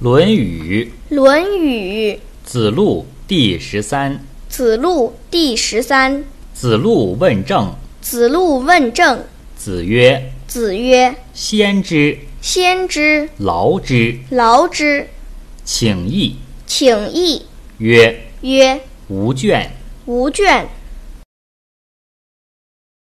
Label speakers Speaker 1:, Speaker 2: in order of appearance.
Speaker 1: 论语
Speaker 2: 《论语
Speaker 1: ·子路》第十三。
Speaker 2: ·子路第十三。
Speaker 1: 子路问政，
Speaker 2: 子路问政。
Speaker 1: 子曰
Speaker 2: 子曰：“
Speaker 1: 先之，：“
Speaker 2: 先之
Speaker 1: 劳之，
Speaker 2: 劳之，
Speaker 1: 请益。
Speaker 2: 请益。”
Speaker 1: 曰：
Speaker 2: 曰
Speaker 1: 吾倦，”
Speaker 2: 吾倦，